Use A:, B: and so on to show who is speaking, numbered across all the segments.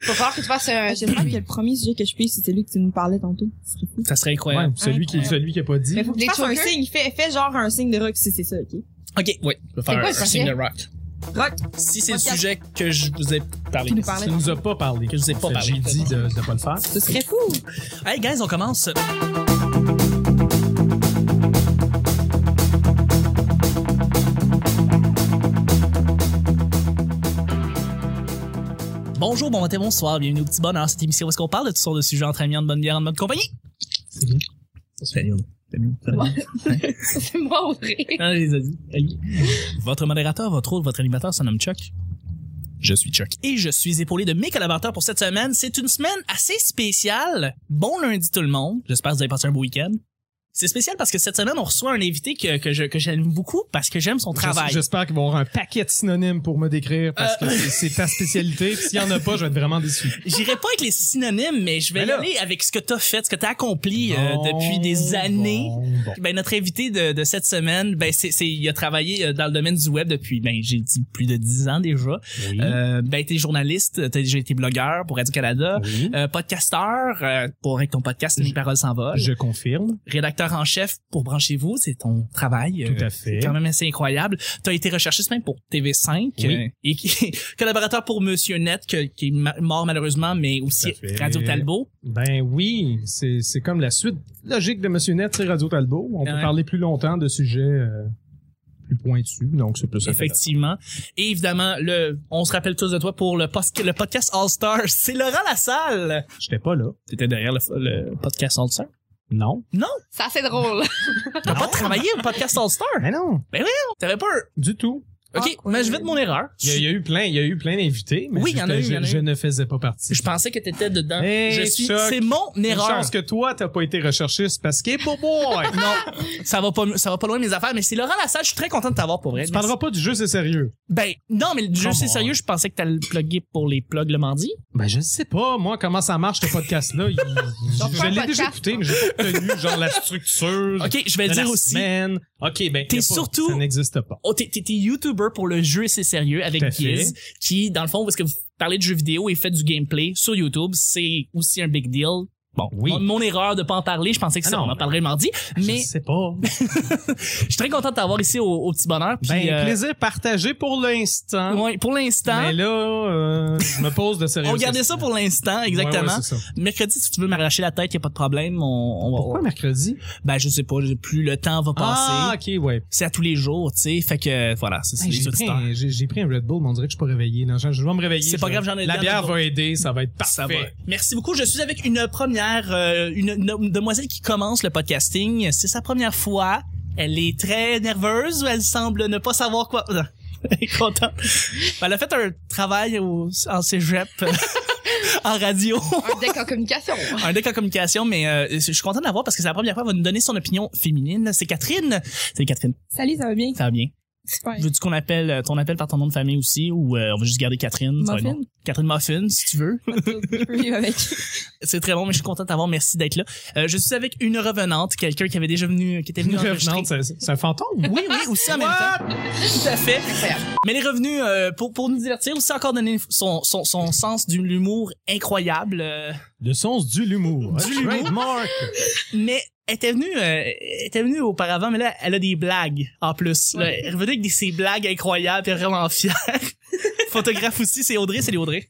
A: Faut falloir que tu fasses un.
B: J'espère que le premier sujet que je pige, c'est celui que tu nous parlais tantôt. Ce serait fou.
C: Ça serait
D: Ouais,
C: incroyable.
D: celui qui, celui qui a pas dit.
B: Mais faut que
A: Des
B: tu fasses un
A: chokers?
B: signe. Fais, fais genre un signe de rock si c'est ça, ok?
C: Ok, oui. Je vais
A: quoi
C: faire un,
A: le
C: un signe de
A: sujet?
C: rock.
B: Rock.
C: Si c'est le
B: Podcast.
C: sujet que je vous ai parlé.
B: Tu nous parlais.
D: Tu nous as pas parlé.
C: Que je vous ai pas
D: Ça,
C: parlé.
D: J'ai dit de, de pas le faire.
B: Ce serait fou.
C: Hey guys, on commence. Bonjour, bon matin, bonsoir, bienvenue au petit bonheur, cette émission où est-ce qu'on parle de toutes sortes de sujets entre amis, en bonne bière, en bonne compagnie.
D: C'est bien.
C: C'est bien, c'est bien, c'est bien.
A: C'est moi au vrai.
C: Ah, je les ai dit. Allez. Votre modérateur, votre hôte, votre animateur se nomme Chuck. Je suis Chuck. Et je suis épaulé de mes collaborateurs pour cette semaine. C'est une semaine assez spéciale. Bon lundi tout le monde. J'espère que vous avez passé un beau week-end. C'est spécial parce que cette semaine, on reçoit un invité que, que je- que j'aime beaucoup parce que j'aime son travail.
D: J'es- J'espère qu'ils vont avoir un paquet de synonymes pour me décrire parce que c'est c'est ta spécialité. Puis s'il y en a pas, je vais être vraiment déçu.
C: J'irai pas avec les synonymes, mais je vais
D: Mais
C: y
D: là-
C: aller avec ce que t'as fait, ce que t'as accompli euh,
D: Bon,
C: depuis des années.
D: bon, bon.
C: Ben, notre invité de, de cette semaine, ben, c'est, c'est, il a travaillé euh, dans le domaine du web depuis, ben, j'ai dit plus de 10 ans déjà.
D: Oui.
C: Euh, ben, t'es journaliste, t'as déjà été blogueur pour Radio-Canada,
D: Oui.
C: euh, podcasteur euh, pour avec ton podcast Les
D: Je-
C: paroles s'envolent,
D: Je confirme.
C: rédacteur en chef pour Branchez-vous, c'est ton travail. euh,
D: Tout à fait.
C: c'est quand même assez incroyable. T'as été recherchiste même pour TV5
D: Oui.
C: euh, et qui- collaborateur pour Monsieur Net que- qui est ma- mort malheureusement, mais aussi
D: Tout à fait.
C: Radio Talbot.
D: Ben oui, c'est c'est comme la suite logique de Monsieur Net et Radio Talbot. On
C: Ouais.
D: peut parler plus longtemps de sujets euh, plus pointus, donc c'est plus ça.
C: Effectivement. Et évidemment, le, on se rappelle tous de toi pour le, post- le podcast All Stars. C'est Laurent Lassalle.
D: J'étais pas là.
C: T'étais derrière le, le podcast All Stars.
D: Non.
A: C'est assez drôle.
C: T'as pas travaillé au podcast All Stars.
D: Mais non,
C: T'avais pas. un-
D: du tout.
C: Ok,
A: Awkward.
C: mais je vais de mon erreur.
D: Il y, a, il y a eu plein, il y a eu plein d'invités, mais
C: Oui, il y en a eu, il
D: j'étais-
C: y en a
D: je,
C: eu.
D: je ne faisais pas partie.
C: Je pensais que t'étais dedans.
D: Hey,
C: je suis.
D: Chuck.
C: C'est mon
D: Une
C: erreur.
D: chance que toi, t'as pas été recherchiste parce qu'il est beau boy.
C: Non, Ah! ça va pas, ça va pas loin mes affaires, mais c'est Laurent Lassalle. Je suis très content de t'avoir pour vrai.
D: tu parleras pas du jeu, c'est sérieux.
C: Ben non, mais le jeu
D: Come
C: c'est
D: on.
C: sérieux. Je pensais que t'allais le plugger pour les plugs le mardi.
D: Ben, je sais pas, moi, comment ça marche, ce podcast-là. Il-
A: J'en
D: je
A: fais un
D: l'ai
A: podcast.
D: déjà écouté, mais j'ai pas retenu, genre, la structure.
C: Ok, je vais
D: de la
C: dire aussi.
D: semaine. Ok, ben,
C: T'es
D: y a pas-
C: surtout-
D: Ça n'existe pas.
C: Oh, t'es, t'es, t'es YouTuber pour le jeu et c'est sérieux avec
D: Tout à fait.
C: Giz, qui, dans le fond, parce que vous parlez de jeux vidéo et faites du gameplay sur YouTube, c'est aussi un big deal. Bon,
D: Oui.
C: mon, mon erreur de pas en parler, je pensais que
D: Ah
C: ça,
D: non,
C: on en
D: mais-
C: parlerait le mardi, mais
D: Je sais pas.
C: je suis très content de t'avoir ici au, au petit bonheur. Puis,
D: Ben,
C: euh,
D: plaisir partagé pour l'instant.
C: ouais, pour l'instant,
D: Mais là, euh, je me pose de sérieux.
C: on gardait ça pour l'instant, exactement.
D: Ouais, ouais, c'est ça.
C: Mercredi, si tu veux m'arracher la tête, y a pas de problème. On, on va-
D: Pourquoi mercredi?
C: Ben, je sais pas, j'ai- plus le temps va passer.
D: Ah, ok, ouais.
C: C'est à tous les jours, tu sais. Fait que, voilà, c'est, c'est
D: Hey,
C: les
D: j'ai, pris
C: auditeurs.
D: un, j'ai- j'ai pris un Red Bull, mais on dirait que je suis pas réveillé. là. Je, je vais me réveiller.
C: C'est pas
D: je-
C: grave, j'en ai
D: La
C: dedans,
D: bière
C: t'as
D: va aider, ça va être parfait.
C: Ça va. Merci beaucoup. Je suis avec une première, euh, une, une demoiselle qui commence le podcasting. C'est sa première fois. Elle est très nerveuse. Elle semble ne pas savoir quoi. Elle est contente. Ben, Elle a fait un travail au, en cégep, euh, en radio,
A: Un deck en communication.
C: un deck en communication, mais euh, je suis content de la voir parce que c'est la première fois qu'elle va nous donner son opinion féminine. C'est Catherine. C'est Catherine.
B: Salut, ça va bien?
C: Ça va bien.
B: Super.
C: Veux-tu qu'on appelle euh, ton appel par ton nom de famille aussi ou euh, on va juste garder Catherine? Ça va être
B: Muffin?
C: bon. Catherine Muffin, si tu veux.
B: Je peux vivre avec.
C: C'est très bon, mais je suis content d'avoir. Merci d'être là. Euh, je suis avec une revenante, quelqu'un qui avait déjà venu, euh, qui était venu
D: Une
C: enregistrer.
D: revenante, c'est, c'est un fantôme.
C: Oui, oui, aussi en même temps. Tout à fait.
A: Incroyable.
C: Mais les revenus euh, pour pour nous divertir, aussi encore donner son son son sens de l'humour incroyable. euh,
D: Le sens du l'humour.
C: Du l'humour.
D: Trademark.
C: mais elle était venue, euh, elle était venue auparavant, mais là elle a des blagues en plus. Là, elle est revenue avec des ces blagues incroyables, puis elle est vraiment fière. Photographe aussi, c'est Audrey, c'est les Audrey.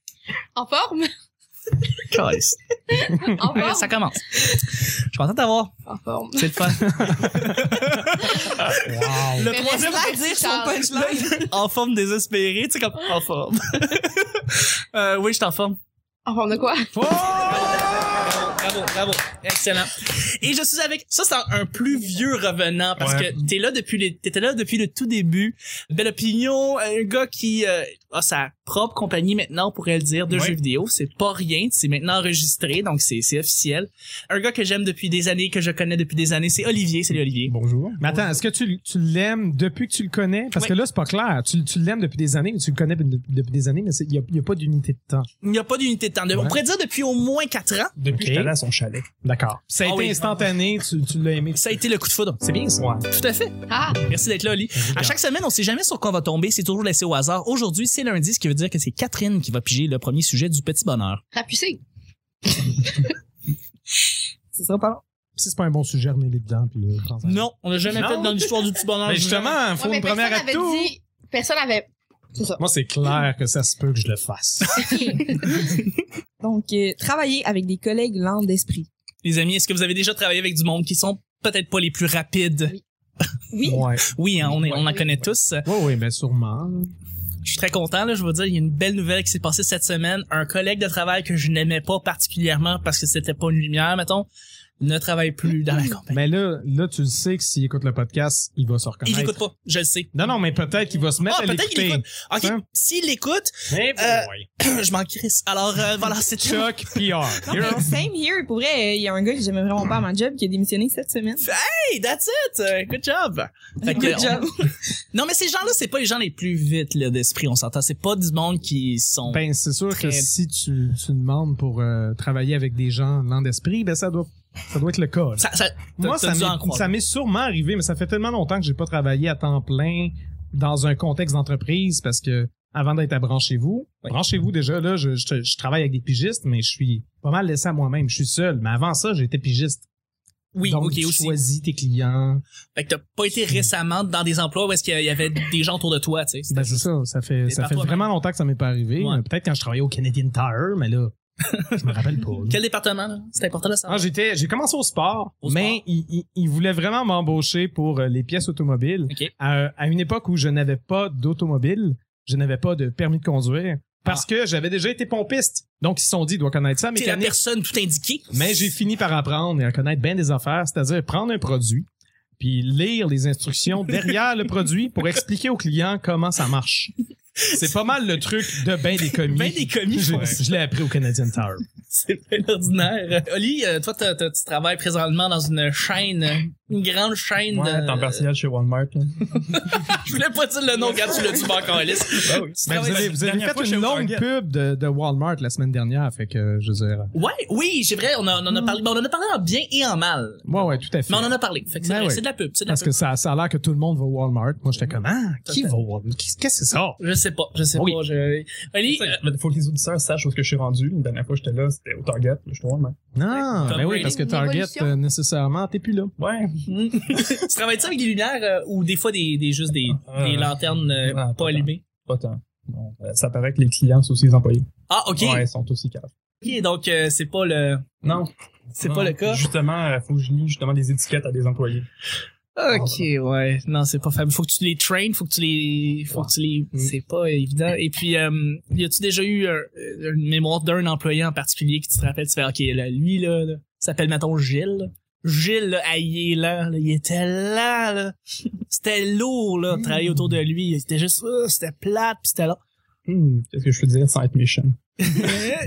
A: En forme?
C: Calice.
A: En forme?
C: Ça commence. Je suis content d'avoir.
A: En forme.
C: C'est le fun.
D: Wow.
C: Le
A: Mais
C: troisième
A: laisse-la dire son
C: en forme désespérée, tu sais, comme en forme. euh, oui, je suis en forme.
A: En forme de quoi?
D: Oh!
C: Bravo, bravo. Excellent. Et je suis avec, ça, c'est un plus vieux revenant parce
D: Ouais.
C: que t'es là depuis les, t'étais là depuis le tout début. Belle opinion, un gars qui euh, a sa propre compagnie maintenant, on pourrait le dire, de
D: Ouais.
C: jeux vidéo. C'est pas rien. C'est maintenant enregistré, donc c'est, c'est officiel. Un gars que j'aime depuis des années, que je connais depuis des années, c'est Olivier. Salut Olivier.
D: Bonjour. Mais attends, est-ce que tu, tu l'aimes depuis que tu le connais? Parce
C: Oui.
D: que là, c'est pas clair. Tu, tu l'aimes depuis des années, mais tu le connais depuis, depuis des années, mais c'est- il n'y a, il y a pas d'unité de temps.
C: Il n'y a pas d'unité de temps. On
D: Ouais.
C: pourrait dire depuis au moins quatre ans.
D: Depuis
E: J'étais allé à son chalet.
D: D'accord. Ça a
C: Ah
D: été
C: oui.
D: instantané, tu, tu l'as aimé.
C: Ça a été le coup de foudre.
D: C'est bien ça.
C: Tout à fait.
A: Ah!
C: Merci d'être là, Oli. À chaque semaine, on sait jamais sur quoi on va tomber. C'est toujours laissé au hasard. Aujourd'hui, c'est lundi, ce qui veut dire que c'est Catherine qui va piger le premier sujet du petit bonheur.
A: Rapucé.
B: Ce sera pas long.
D: Si c'est pas un bon sujet, remets-les dedans. Puis, euh, prends-en.
C: Non, on l'a jamais
D: Non.
C: fait dans l'histoire du petit bonheur.
D: Mais justement, il faut
A: Ouais, mais
D: une première
A: personne
D: à
A: avait
D: tout.
A: dit. Personne avait. C'est ça.
D: Moi, c'est clair que ça se peut que je le fasse.
B: Donc, euh, travailler avec des collègues lents d'esprit.
C: Les amis, est-ce que vous avez déjà travaillé avec du monde qui sont peut-être pas les plus rapides?
B: Oui.
D: Ouais.
C: Oui, hein, on, est, on en
A: Ouais.
C: connaît tous.
D: Oui, oui, mais sûrement.
C: Je suis très content, là, je veux dire, il y a une belle nouvelle qui s'est passée cette semaine. Un collègue de travail que je n'aimais pas particulièrement parce que c'était pas une lumière, mettons, ne travaille plus dans la compagnie.
D: Mais là, là, tu le sais que s'il écoute le podcast, il va se
C: Il
D: reconnaître.
C: l'écoute pas, je le sais.
D: Non, non, mais peut-être qu'il va se mettre
C: Ah,
D: à
C: peut-être qu'il
D: l'écouter.
C: Ok,
D: Hein?
C: s'il l'écoute,
D: Mais
C: Euh,
D: boy.
C: je m'en crisse. Alors, euh, voilà, c'est tout.
D: Chuck PR.
B: Non, mais same here. Pour vrai, euh, il y a un gars que j'aimais vraiment pas à ma job qui a démissionné cette semaine.
C: Hey, that's it! Euh, Good job! Fait que,
B: Good
C: on-
B: job.
C: Non, mais ces gens-là, c'est pas les gens les plus vite là, d'esprit, on s'entend. C'est pas du monde qui sont...
D: Ben, c'est sûr
C: Très-
D: que si tu, tu demandes pour euh, travailler avec des gens lents d'esprit, ben, ça doit, ça doit être le cas. là.
C: Ça- ça-
D: Moi,
C: t'as
D: ça
C: dû en
D: m'est,
C: croire.
D: ça m'est sûrement arrivé, mais ça fait tellement longtemps que j'ai pas travaillé à temps plein dans un contexte d'entreprise parce que avant d'être à Branchez-vous,
C: Oui.
D: Branchez-vous déjà, là, je, je- je travaille avec des pigistes, mais je suis pas mal laissé à moi-même. Je suis seul. Mais avant ça, j'étais pigiste.
C: oui,
D: Donc,
C: ok,
D: tu
C: aussi.
D: choisis tes clients.
C: Fait que t'as pas été récemment dans des emplois où est-ce qu'il y avait des gens autour de toi, tu sais. C'était
D: Ben, c'est ça. Ça fait,
C: T'es
D: ça
C: par
D: fait
C: toi-même.
D: vraiment longtemps que ça m'est pas arrivé.
C: Ouais.
D: Mais Peut-être quand je travaillais au Canadian Tire, mais là, je me rappelle pas. là.
C: Quel département, là? C'est important de savoir.
D: Ben, Ah, j'étais, j'ai commencé au sport,
C: Au
D: mais
C: sport.
D: Il, il- il voulait vraiment m'embaucher pour euh, les pièces automobiles.
C: Ok.
D: À, à une époque où je n'avais pas d'automobile, je n'avais pas de permis de conduire parce que j'avais déjà été pompiste. Donc ils se sont dit, il doit connaître ça,
C: Ah. T'es la
D: mécanique.
C: personne tout indiquée.
D: Mais j'ai fini par apprendre et à connaître bien des affaires, c'est-à-dire prendre un produit puis lire les instructions derrière le produit pour expliquer au client comment ça marche. C'est pas mal le truc de ben des commis.
C: Ben des commis,
D: Je,
C: ouais.
D: je l'ai appris au Canadian Tower.
C: C'est bien ordinaire. Oli, euh, toi, t'as- t'as- tu travailles présentement dans une chaîne, une grande chaîne de...
E: chez Walmart.
C: Je voulais pas dire le nom, regarde, tu l'as dit banque en liste. Tu
D: Ben, vous
C: travailles-
D: avez, vous avez
E: Dernière fois
D: fait
E: chez
D: une longue
E: Target.
D: pub de, de Walmart la semaine dernière, fait que je veux dire.
C: Ouais, oui, c'est vrai, on, a- on en a
D: Mm.
C: parlé, mais on en a parlé en bien et en mal.
D: Ouais, ouais, tout à fait.
C: Mais on en a parlé. Fait que c'est
D: Ben
C: vrai,
D: oui.
C: c'est de la pub, c'est de la
D: Parce
C: pub.
D: que ça, ça a l'air que tout le monde va au Walmart. Moi, j'étais comme, ah, qui
C: Total.
D: va au Walmart? Qu'est-ce que c'est ça?
C: Je sais pas, je sais
D: Oui.
C: pas. Je... Oli, euh,
E: Il faut que les auditeurs sachent où est-ce que je suis rendu. La dernière fois que j'étais là, c'était au Target, je trouve. mais-
D: Non,
C: Tom
D: ben oui,
C: Brady.
D: parce que
A: Une
D: Target,
A: évolution.
D: euh, nécessairement, t'es plus là.
E: Ouais.
C: Hmm. tu travailles-tu avec des lumières euh, ou des fois des, des juste des,
D: Ah,
E: Euh,
C: des lanternes euh,
E: non, pas
C: pas
E: tant.
C: allumées?
E: Pas tant. Non, euh, ça paraît que les clients sont aussi les employés.
C: Ah, ok.
E: Ouais, ils sont aussi caves.
C: Ok, donc euh, c'est pas le
E: Non.
C: c'est
E: non.
D: Ah.
C: pas le cas.
E: Justement, il faut que je lis justement les étiquettes à des employés.
C: Ok, ouais. Non, c'est pas faible. Faut que tu les traînes, faut que tu les faut que tu les
E: Mm.
C: c'est pas évident. Et puis euh, y a-tu déjà eu un- une mémoire d'un employé en particulier qui tu te rappelles tu fais OK, là, lui là, là, il s'appelle mettons Gilles. là. Gilles là, ah, il est lent, là, il était lent là. C'était lourd là, de travailler autour de lui, c'était juste ah, c'était plate, puis c'était là.
E: Hmm, Qu'est-ce que je peux dire sans être méchant?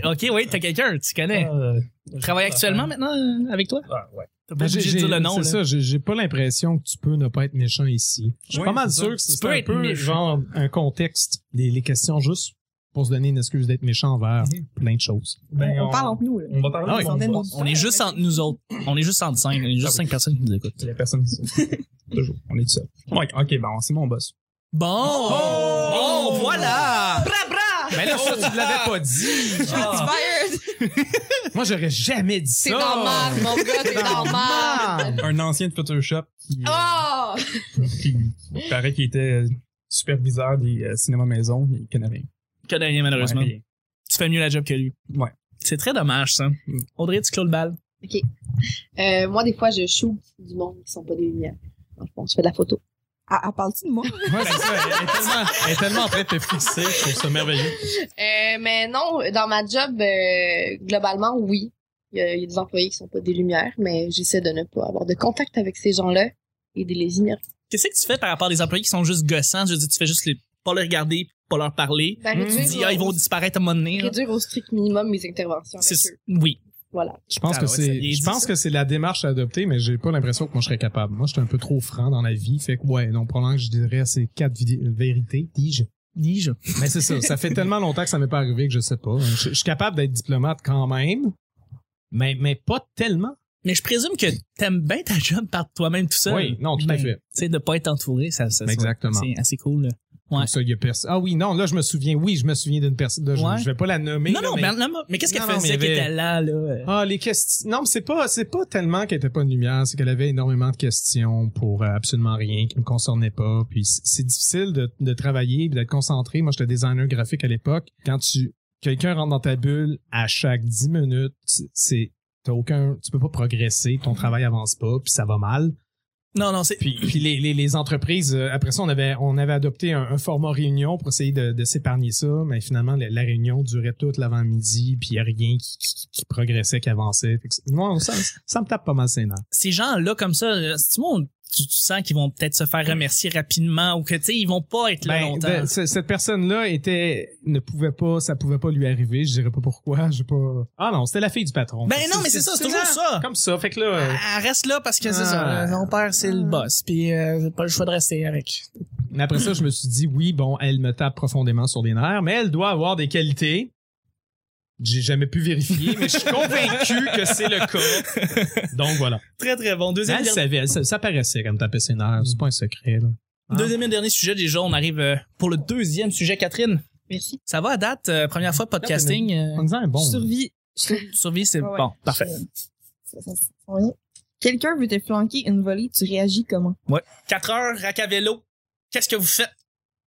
C: OK, oui, t'as quelqu'un, tu connais.
E: Euh,
C: Travaille actuellement maintenant euh, avec toi
E: Ah, ouais.
C: T'as pas
D: Ben,
C: obligé de dire le nom
D: C'est
C: là.
D: ça, j'ai j'ai pas l'impression que tu peux ne pas être méchant ici. Je suis
E: Oui,
D: pas mal
E: c'est ça.
D: sûr que
C: Tu
D: c'est
C: peux
D: un
C: être
D: peu
C: méchant.
D: genre un contexte, les, les questions juste pour se donner une excuse d'être méchant envers
E: Mhm.
D: plein de choses.
E: Ben,
B: on, parle entre nous. Là.
E: on va parler
D: Ah
E: de
D: oui.
E: mon
B: Centaines
E: boss.
C: On est juste entre nous autres. On est juste entre cinq. On est juste
E: Ah oui.
C: cinq personnes qui nous écoutent.
E: C'est la personne qui Toujours. On est tout seul. Ouais, ok, ben, c'est mon boss.
C: Bon!
D: Oh!
C: Bon, voilà!
A: Bra bra!
D: Mais là, ça, tu l'avais pas dit!
C: Ah.
A: Fired!
D: Moi, j'aurais jamais dit ça!
A: C'est normal, mon gars, c'est
D: Ah!
A: normal!
E: Un ancien de Photoshop qui. euh,
A: Oh!
E: qui il paraît qu'il était euh, superviseur des euh, cinémas maison, mais il connaît rien.
C: Canadien, malheureusement.
E: Ouais,
C: Tu fais mieux la job que lui.
E: Ouais.
C: C'est très dommage, ça.
E: Mm.
C: Audrey, tu clôt le bal.
A: Euh, moi, des fois, je shoot du monde qui sont pas des lumières. Dans le fond, je fais de la photo.
B: Elle, elle parle-tu de moi?
D: Ouais, c'est ça. Elle est, tellement, elle est tellement en train de te fixer, je trouve ça merveilleux.
A: Euh, mais non, dans ma job, euh, globalement, oui. Il y, a, il y a des employés qui sont pas des lumières, mais j'essaie de ne pas avoir de contact avec ces gens-là et de les ignorer.
C: Qu'est-ce que tu fais par rapport à des employés qui sont juste gossants? Je veux dire, tu fais juste les, pas les regarder, pas leur parler.
A: Ben,
D: Mmh.
C: Tu
A: réduire,
C: dis, ah, ils
A: au-
C: vont disparaître à un moment donné. là.
A: réduire au strict minimum mes interventions avec
C: C'est-
A: eux.
C: Oui.
A: Voilà.
D: Je pense
C: Ah,
D: que
C: ouais, ça vient
D: c'est, je
C: dit,
D: pense
C: ça.
D: que c'est la démarche à adopter, mais j'ai pas l'impression que moi je serais capable. Moi, je suis un peu trop franc dans la vie, fait que ouais, non, probablement que je dirais ces quatre vid- vérités, dis-je.
C: Dis-je.
D: Mais c'est ça. ça fait tellement longtemps que ça m'est pas arrivé que je sais pas. Je, je suis capable d'être diplomate quand même, mais mais pas tellement.
C: Mais je présume que t'aimes bien ta job par toi-même tout seul.
D: Oui, non, tout à
C: Ben,
D: fait.
C: Tu sais, de pas être entouré, ça, ça
D: Ben,
C: ça-
D: exactement.
C: C'est assez cool. là. Ouais.
D: Comme ça, il y a personne. Ah oui, non, là, je me souviens. Oui, je me souviens d'une personne. là, Je,
C: Ouais.
D: je vais pas la nommer.
C: non,
D: là,
C: non, ben
D: mais-
C: mais, non, mais qu'est-ce qu'elle
D: Non, non,
C: faisait
D: mais il y
C: qui
D: avait-
C: était là, là? euh?
D: Ah, les questions. Non, mais c'est pas, c'est pas tellement qu'elle était pas de lumière, c'est qu'elle avait énormément de questions pour euh, absolument rien qui me concernait pas. Puis c- c'est difficile de, de travailler, puis d'être concentré. Moi, j'étais designer graphique à l'époque. Quand tu, quelqu'un rentre dans ta bulle à chaque 10 minutes, c'est- c'est, t'as aucun, tu peux pas progresser, ton travail avance pas, puis ça va mal.
C: Non, non, c'est...
D: Puis, puis les, les, les entreprises, euh, après ça, on avait, on avait adopté un, un format réunion pour essayer de, de s'épargner ça, mais finalement, la, la réunion durait toute l'avant-midi, puis il n'y a rien qui, qui- qui progressait, qui avançait. Fait que c'est- moi, ça, ça me tape pas mal ses nerfs.
C: ces gens-là comme ça, euh, c'est- tu, vois, on- tu, tu sens qu'ils vont peut-être se faire remercier rapidement ou que tu sais ils vont pas être là
D: Ben,
C: longtemps.
D: ben, ce- cette personne-là était, ne pouvait pas, ça pouvait pas lui arriver, je dirais pas pourquoi, je sais pas. Ah non, c'était la fille du patron.
C: Ben non, mais c'est ça, c'est toujours ça.
D: Comme ça, fait que là. euh,
C: Elle reste là parce que c'est ça.
D: Ah.
C: Mon père, c'est le boss. Puis euh, j'ai pas le choix de rester avec.
D: Mais après ça, je me suis dit, oui, bon, elle me tape profondément sur les nerfs, mais elle doit avoir des qualités. J'ai jamais pu vérifier, mais je suis convaincu que c'est le cas. Donc voilà.
C: Très, très bon. Deuxième,
D: Elle
C: dernier-
D: savait, elle- ça, ça paraissait quand me tapait ses nerfs. C'est pas un secret, là. Ah.
C: deuxième et dernier sujet déjà. On arrive euh, pour le deuxième sujet, Catherine.
A: Merci.
C: Ça va à date? euh, première fois de podcasting.
D: En disant un bon.
B: Survie.
C: euh, survie, c'est
B: Ouais, ouais.
C: bon. Parfait.
B: Ça, ça, ça, oui. Quelqu'un veut te flanquer une volée, tu réagis comment?
C: 4 heures, rack à vélo. Qu'est-ce que vous faites?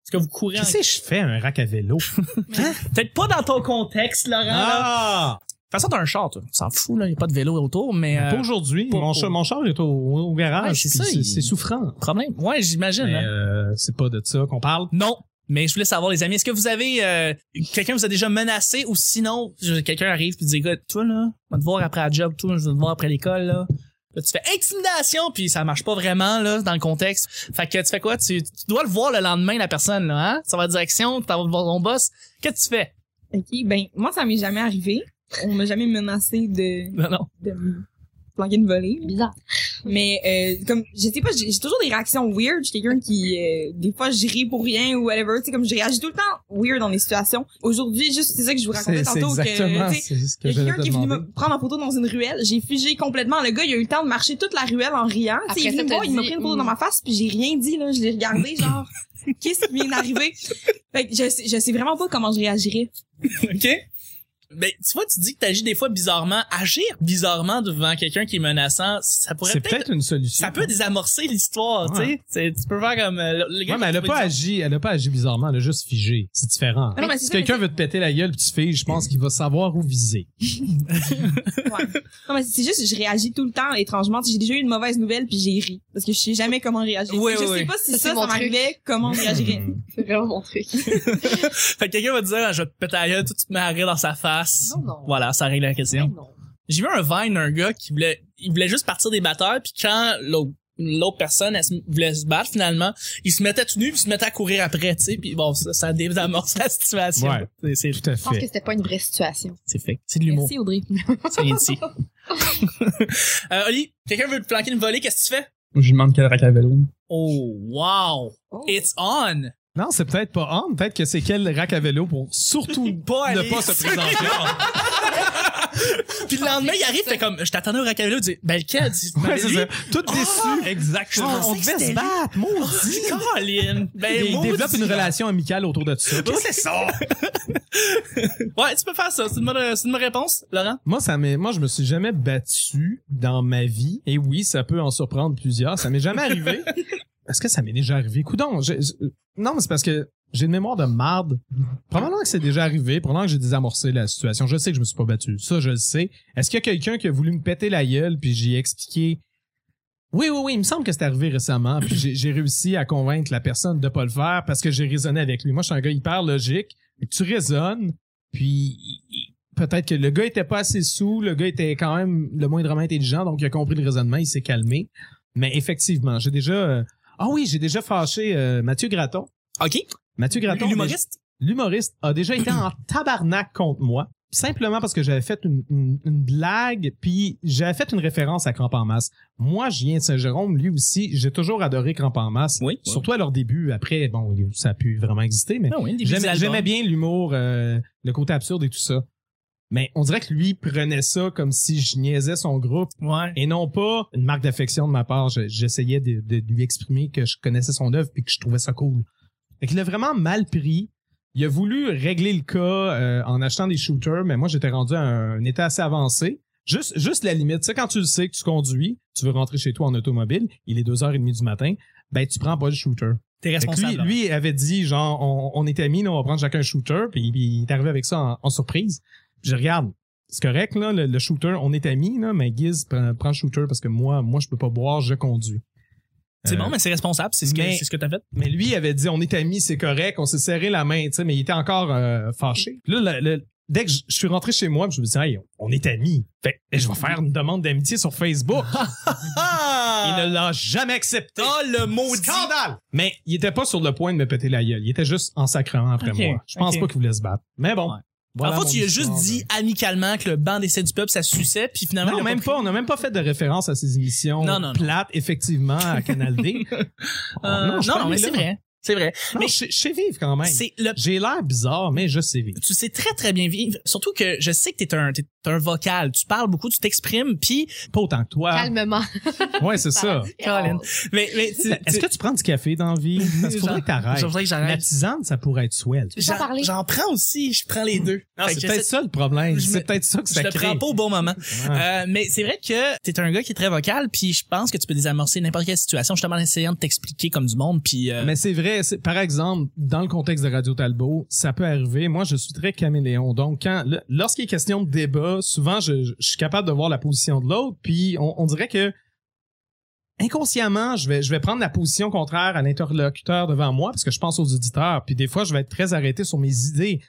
C: Est-ce que vous courez en...
D: Qu'est-ce que je fais, un rack à vélo?
C: Peut-être pas dans ton contexte, Laurent. là.
D: Ah!
C: De toute façon, t'as un char, toi. On s'en fout, là. Y a pas de vélo autour, mais... euh,
D: Pas Ah! aujourd'hui.
C: pas-
D: Mon,
C: pas-
D: char, mon char est au, au
C: Ouais,
D: garage.
C: c'est
D: puis
C: ça,
D: c'est
C: il-
D: c'est souffrant.
C: problème. Ouais, j'imagine.
D: Mais
C: hein.
D: euh, c'est pas de ça qu'on parle.
C: Non. Mais je voulais savoir, les amis, est-ce que vous avez euh, quelqu'un vous a déjà menacé ou sinon je- quelqu'un arrive puis dit écoute, toi là, on va te voir après la job, toi je vais te voir après l'école là. Là, tu fais intimidation puis ça marche pas vraiment là dans le contexte. Fait que tu fais quoi Tu, tu dois le voir le lendemain la personne là, hein Tu vas en direction, tu vas voir ton boss. Qu'est-ce que tu fais
B: OK, ben, moi, ça m'est jamais arrivé. On m'a jamais menacé de,
C: Non non.
B: de me flanquer une volée.
A: Bizarre.
B: Mais, euh, comme, je sais pas, j'ai j'ai toujours des réactions weird. Je suis quelqu'un qui, euh, des fois, je ris pour rien ou whatever. Tu sais, comme je réagis tout le temps weird dans les situations. Aujourd'hui, juste, c'est ça que je vous racontais
D: C'est c'est
B: tantôt.
D: exactement
B: que, tu sais,
D: c'est ce que
B: Il y a
D: j'allais te
B: quelqu'un qui est venu
D: demander.
B: me prendre en photo dans une ruelle. J'ai figé complètement. Le gars, il a eu le temps de marcher toute la ruelle en riant. Tu sais, il est
A: Après ça,
B: venu me
A: t'as
B: voir, il m'a
A: dit,
B: pris une photo
A: hmm.
B: dans ma face, puis j'ai rien dit, là. Je l'ai regardé, genre, qu'est-ce qui vient d'arriver? Fait que je sais, je sais vraiment pas comment je réagirais.
C: OK ben, tu vois, tu dis que t'agis des fois bizarrement. Agir bizarrement devant quelqu'un qui est menaçant, ça pourrait
D: C'est
C: peut-être...
D: peut-être une solution.
C: ça peut désamorcer l'histoire,
D: Ouais.
C: tu sais. C'est- Tu peux faire comme... euh, le- le gars
D: Ouais,
C: qui
D: mais elle a
C: te
D: pas
C: dit-
D: agi, elle a pas agi bizarrement, elle a juste figé. C'est différent.
B: Ah non, mais c'est
D: si
B: ça,
D: quelqu'un
B: mais-
D: veut te péter la gueule pis tu figes, je pense qu'il va savoir où viser.
B: Ouais. non, mais c'est juste, je réagis tout le temps étrangement. Tu sais, J'ai déjà eu une mauvaise nouvelle, puis j'ai ri. Parce que je sais jamais comment réagir.
C: Ouais,
B: je
C: ouais, ouais.
B: sais pas si
A: Ça,
B: ça,
A: c'est
B: ça,
A: mon
B: m'arrivait, comment je
E: Euh,
B: réagirais.
D: Hmm.
A: C'est vraiment mon truc.
C: Fait que quelqu'un va te dire, Ah, je vais te péter la gueule, toi, tu te mets à rire dans sa face.
A: Non, non.
C: Voilà, ça règle la question.
A: Non.
C: J'ai vu un Vine d'un gars qui voulait, il voulait juste partir des batteurs, puis quand l'autre l'autre personne elle se- voulait se battre finalement il se mettait tout nu puis il se mettait à courir après tu sais puis bon ça, ça désamorce la situation
D: Ouais.
C: c'est c'est
D: Tout à
A: Je pense que
D: fait.
A: c'était pas une vraie situation.
C: c'est fait c'est de l'humour
B: Audrey.
C: ça vient d'ici euh, Oli quelqu'un veut te planquer une volée qu'est-ce que tu fais
E: Je lui demande quel rack à vélo.
C: oh wow
A: Oh.
C: it's on
D: Non, c'est peut-être pas on, peut-être que c'est quel rack à vélo pour surtout
C: pas
D: ne
C: aller.
D: pas se présenter.
C: puis le lendemain il arrive t'es comme je t'attendais au racavello tu dis ben lequel Tu dis,
D: Ouais,
C: Ben,
D: c'est
C: lui.
D: ça. Tout déçu.
C: Exactement. Oh,
D: Ah, on devait se battre, maudit.
C: Colin! Ben,
D: Il
C: maudit.
D: développe une relation amicale autour de ça.
C: c'est ça? ouais, tu peux faire ça. C'est une bonne, c'est une bonne réponse, Laurent.
D: Moi, ça m'est, moi, je me suis jamais battu dans ma vie. Et oui, ça peut en surprendre plusieurs. Ça m'est jamais arrivé. Est-ce que ça m'est déjà arrivé? Coudon, je- je- non, mais c'est parce que j'ai une mémoire de marde. Probablement que c'est déjà arrivé. Probablement que j'ai désamorcé la situation. Je sais que je me suis pas battu. Ça, je le sais. Est-ce qu'il y a quelqu'un qui a voulu me péter la gueule puis j'ai expliqué? Oui, oui, oui, il me semble que c'est arrivé récemment. Puis j'ai- j'ai réussi à convaincre la personne de pas le faire parce que j'ai raisonné avec lui. Moi, je suis un gars hyper logique. Tu raisonnes, puis il- il- peut-être que le gars était pas assez sous, le gars était quand même le moindrement intelligent, donc il a compris le raisonnement, il s'est calmé. Mais effectivement, j'ai déjà... euh, Ah oui, j'ai déjà fâché euh, Mathieu Graton.
C: OK.
D: Mathieu Graton,
C: L'humoriste.
D: l'humoriste a déjà été en tabarnak contre moi. Simplement parce que j'avais fait une, une- une blague, puis j'avais fait une référence à Cramp en masse. Moi, je viens de Saint-Jérôme, lui aussi, j'ai toujours adoré Cramp en masse.
C: Oui.
D: Surtout à leur début. Après, bon, ça a pu vraiment exister, mais
C: Non, Ah oui, début
D: J'aimais
C: des
D: j'aimais
C: albums.
D: bien l'humour, euh, le côté absurde et tout ça. Mais on dirait que lui prenait ça comme si je niaisais son groupe
C: Ouais.
D: et non pas une marque d'affection de ma part. Je- J'essayais de, de- de lui exprimer que je connaissais son œuvre et que je trouvais ça cool. Fait qu'il l'a vraiment mal pris. Il a voulu régler le cas euh, en achetant des shooters, mais moi, j'étais rendu à un, un état assez avancé. Juste, juste la limite, tu sais, quand tu le sais que tu conduis, tu veux rentrer chez toi en automobile, il est 2h30 du matin, ben tu prends pas le shooter.
C: T'es
D: Fait que
C: responsable. là.
D: Lui, lui avait dit, genre, on, on était amis, là, on va prendre chacun un shooter, puis puis il est arrivé avec ça en, en surprise. Puis je regarde, c'est correct, là, le, le shooter, on est amis, là, mais Guiz, prends, prends le shooter parce que moi, moi, je peux pas boire, je conduis.
C: C'est
D: Euh,
C: bon, mais c'est responsable. C'est ce que
D: mais-
C: c'est ce que t'as fait.
D: Mais lui, il avait dit, on est amis, c'est correct, on s'est serré la main, tu sais, mais il était encore euh, fâché. Puis là, le- le- dès que je je suis rentré chez moi, je me dis, hey, on est amis. Fait que je vais faire une demande d'amitié sur Facebook. il ne l'a jamais accepté.
C: Oh, le maudit.
D: Scandale! Mais il était pas sur le point de me péter la gueule. Il était juste en sacrement après
C: Ok,
D: moi. Je pense
C: ok.
D: pas qu'il voulait se battre. Mais bon.
C: Ouais. en fait, tu lui as juste dit amicalement que le banc d'essai du peuple, ça suçait, puis finalement... il
D: Non,
C: a
D: même
C: compris.
D: pas. On n'a même pas fait de référence à ces émissions
C: Non, non, non.
D: plates, effectivement, à Canal D. Oh,
C: Euh,
D: je
C: non,
D: parlais
C: non, mais
D: là.
C: c'est vrai. C'est vrai.
D: Non,
C: Mais-
D: je je sais vivre quand même.
C: C'est le
D: J'ai l'air bizarre, mais je sais vivre.
C: tu sais très très bien vivre surtout que je sais que t'es un t'es un vocal tu parles beaucoup tu t'exprimes puis
D: Pas autant que toi.
A: Calmement.
D: Ouais, c'est ça.
C: Colin. mais mais tu-
D: Est-ce que tu prends du café dans la vie? Parce qu'il faudrait que t'arrêtes.
C: J'aimerais que
D: La
C: j'arrête.
D: tisane, ça pourrait être swell.
A: veux pas
C: J'en-
A: parler?
C: j'en prends aussi je prends les deux
D: Non,
C: Fait
D: c'est
C: que
D: peut-être
C: j'essaie-
D: ça le problème.
C: Je
D: C'est
C: me-
D: peut-être ça que ça
C: je te
D: crée.
C: prends pas au bon moment
D: Ouais.
C: Euh, mais c'est vrai que t'es un gars qui est très vocal puis je pense que tu peux désamorcer n'importe quelle situation justement en essayant de t'expliquer comme du monde puis euh,
D: Mais c'est vrai, c'est- par exemple, dans le contexte de Radio Talbot, ça peut arriver. Moi, je suis très caméléon. Donc, quand le- lorsqu'il est question de débat, souvent, je, je- je suis capable de voir la position de l'autre. Puis, on, on dirait que inconsciemment, je vais, je vais prendre la position contraire à l'interlocuteur devant moi parce que je pense aux auditeurs. Puis, des fois, je vais être très arrêté sur mes idées.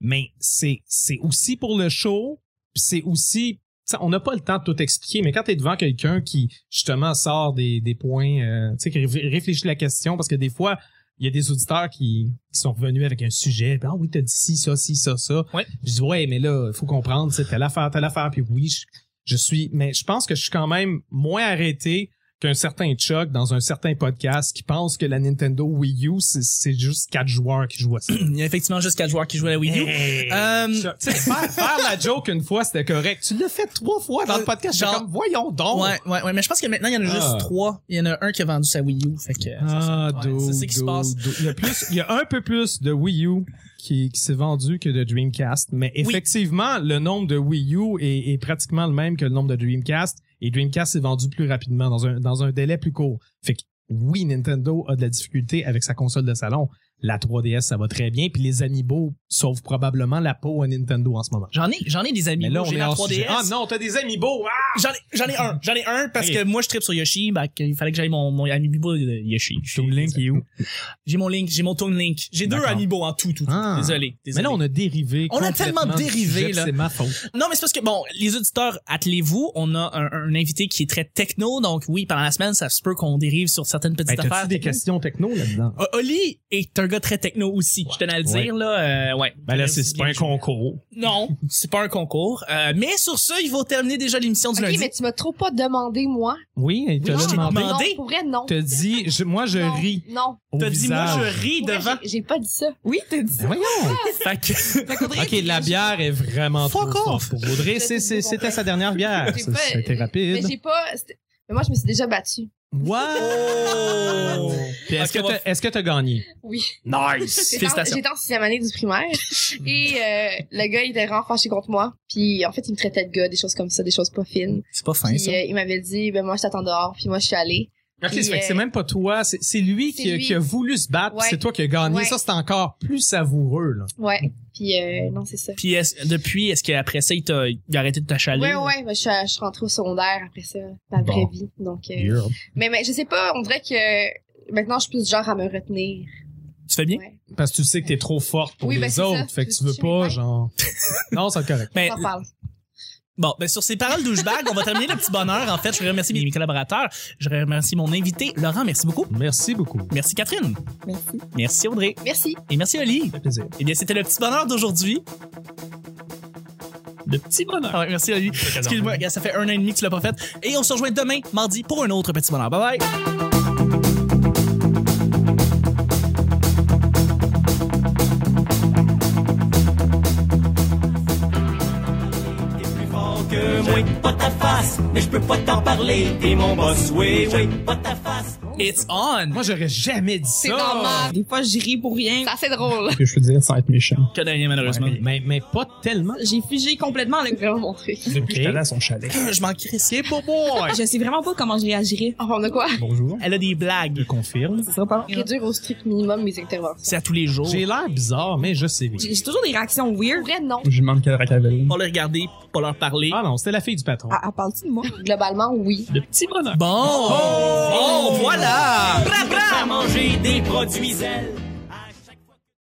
D: Mais c'est, c'est aussi pour le show. Puis, c'est aussi tu sais, on n'a pas le temps de tout expliquer, mais quand tu es devant quelqu'un qui, justement, sort des, des points, euh, tu sais, qui ré- réfléchit la question, parce que des fois, il y a des auditeurs qui, qui sont revenus avec un sujet, puis, ah oui, t'as dit ci, ça, ci, ça, ça.
C: Ouais.
D: Je dis, ouais, mais là, il faut comprendre, c'est telle affaire, telle affaire, puis oui, je, je suis, mais je pense que je suis quand même moins arrêté qu'un certain Chuck dans un certain podcast qui pense que la Nintendo Wii U, c'est- c'est juste quatre joueurs qui jouent à ça.
C: il y a effectivement juste quatre joueurs qui jouent à la Wii U Euh,
D: Chuck, tu sais, faire, faire la joke une fois, c'était correct. Tu l'as fait trois fois dans le podcast. J'étais
C: Genre-
D: comme, voyons donc.
C: Ouais, ouais, ouais, mais je pense que maintenant, il y en a
D: Ah.
C: juste trois. Il y en a un qui a vendu sa Wii U, fait que...
D: Ah,
C: c'est Euh, ça. Ouais,
D: do,
C: c'est ça qui se
D: do,
C: passe.
D: do. Il y, a plus, il y a un peu plus de Wii U qui, qui s'est vendu que de Dreamcast, mais
C: Oui.
D: effectivement, le nombre de Wii U est, est pratiquement le même que le nombre de Dreamcast, et Dreamcast s'est vendu plus rapidement, dans un, dans un délai plus court. Fait que oui, Nintendo a de la difficulté avec sa console de salon. La 3DS, ça va très bien, puis les Amiibo sauvent probablement la peau à Nintendo en ce moment.
C: J'en ai, j'en ai des amis.
D: Mais là, on
C: J'ai
D: est
C: la
D: en
C: 3DS.
D: sujet. Ah non, t'as des Amiibo! Ah!
C: J'en ai, j'en ai un, j'en ai un parce
D: Ok.
C: que moi je tripe sur Yoshi, bah il fallait que j'aille mon, mon amiibo de Yoshi.
D: est où?
C: J'ai mon Link, j'ai mon Toon Link. J'ai deux
D: D'accord.
C: amiibo en tout, tout, tout.
D: Ah.
C: Désolé,
D: Mais
C: désolé.
D: là, on a dérivé.
C: On a
D: complètement
C: tellement
D: du
C: dérivé,
D: sujet,
C: là.
D: C'est ma faute.
C: Non, mais c'est parce que, bon, les auditeurs, attelez-vous, on a un, un invité qui est très techno, donc oui, pendant la semaine, ça se peut qu'on dérive sur certaines petites
D: Ben, T'as-tu
C: affaires.
D: des questions techno là-dedans?
C: O- Oli est un gars très techno aussi, je tenais à le
D: Ouais. Ben,
C: dire, là, euh, ouais. Bien joué.
D: concours.
C: Non, c'est pas un concours. Euh, mais sur ce, il faut terminer déjà l'émission du
A: Ok,
C: lundi.
A: mais tu m'as trop pas demandé, moi.
D: Oui, il te
C: Oui,
D: l'a
C: je t'ai
D: demandé.
C: demandé.
A: Non, pour vrai, non.
D: T'as dit, je- moi, je
A: Non,
D: ris
A: Non.
D: au
C: T'as dit, moi,
D: visage.
C: je ris
A: Pour vrai,
C: devant.
A: j'ai- J'ai pas dit ça.
B: Oui, t'as dit
D: Ben
B: ça.
D: voyons!
C: Fait que-
B: Fait qu'Audrey,
D: OK, la bière est vraiment trop
C: Fuck
D: forte
C: off.
D: pour Audrey. C'est- c'est- C'était sa dernière
A: J'ai
D: bière. Ah, Ça,
A: pas- euh,
D: C'était
A: Mais
D: rapide.
A: j'ai pas. c'était- Mais moi, je me suis déjà battue.
D: Wow! Puis
C: Ok,
D: est-ce que
C: on va-
D: t'as- est-ce que t'as gagné?
A: Oui.
D: Nice!
A: J'étais en-
C: Félicitations.
A: j'étais en sixième année du primaire. Et euh, le gars, il était vraiment fâché contre moi. Puis en fait, il me traitait de gars, des choses comme ça, des choses pas fines.
C: C'est pas fin,
A: Puis
C: ça.
A: euh, il m'avait dit, ben moi, je t'attends dehors. Puis moi, je suis allée.
D: OK, ça
A: Puis,
D: fait que c'est
A: euh,
D: même pas toi. C'est c'est lui,
A: c'est
D: qui, a-
A: lui.
D: qui a voulu se battre. puis
A: Ouais.
D: C'est toi qui as gagné.
A: Ouais.
D: Ça, c'est encore plus savoureux. Là.
A: Ouais. Puis euh, non, c'est ça.
C: Puis est-ce- depuis, est-ce qu'après ça, il t'a il a arrêté de t'achaler?
A: Ouais, ouais, ben, je, suis- je suis rentrée au secondaire après ça, dans la
D: Bon.
A: vraie vie. Donc, euh,
D: Yeah.
A: mais, mais je sais pas, on dirait que maintenant, je suis plus du genre à me retenir.
C: Tu fais bien?
A: Ouais.
D: Parce que tu sais que t'es trop forte pour
A: Oui, ben,
D: les
A: c'est
D: autres.
A: ça.
D: Fait que
A: Je
D: tu veux
A: suis
D: pas,
A: humain.
D: genre... non, c'est correct.
C: Ben,
A: On en parle.
C: bon, ben sur ces paroles douchebag, on va terminer le petit bonheur. En fait, je remercie mes collaborateurs. Je remercie mon invité, Laurent. Merci beaucoup.
D: Merci beaucoup.
C: Merci Catherine.
B: Merci.
C: Merci Audrey.
A: Merci.
C: Et merci Oli.
D: Fait plaisir.
C: Eh bien, c'était le petit bonheur d'aujourd'hui. Le petit bonheur. Ah ouais, merci Oli. Excuse-moi, gars, ça fait un an et demi que tu l'as pas fait. Et on se rejoint demain, mardi, pour un autre petit bonheur. Bye bye.
F: T'es plus fort que moi, pas ta face, mais je peux pas t'en parler, t'es mon boss, oui, oui, pas ta face.
C: It's on!
D: Moi, j'aurais jamais dit ça.
A: C'est normal.
B: Des fois, je ris pour rien.
A: C'est assez drôle.
E: Ce que je veux dire sans être méchant.
C: Canadien, malheureusement.
D: Mais, mais, mais pas tellement.
B: J'ai figé complètement le
A: Je vais vous montrer.
E: Depuis que
D: Ok.
E: je suis allé à son chalet.
C: Je m'en crisse.
D: C'est pour moi.
B: Je sais vraiment pas comment je réagirais.
A: Ah, on a quoi?
E: Bonjour.
C: Elle a des blagues.
D: confirme.
B: Ça sera pas long.
A: Réduire au strict minimum mes interventions.
C: C'est à tous les jours.
D: J'ai l'air bizarre, mais je sais.
B: J'ai j'ai toujours des réactions
A: Pour
B: weird.
A: vrai, non.
E: Je lui demande quelle racavelle.
C: Pas les regarder, pas leur parler.
D: Ah non, c'était la fille du patron.
B: Elle, elle parle-tu de moi?
A: Globalement, oui.
D: Le petit bonheur.
C: Bon! Bon, voilà!
F: manger des produits zèle.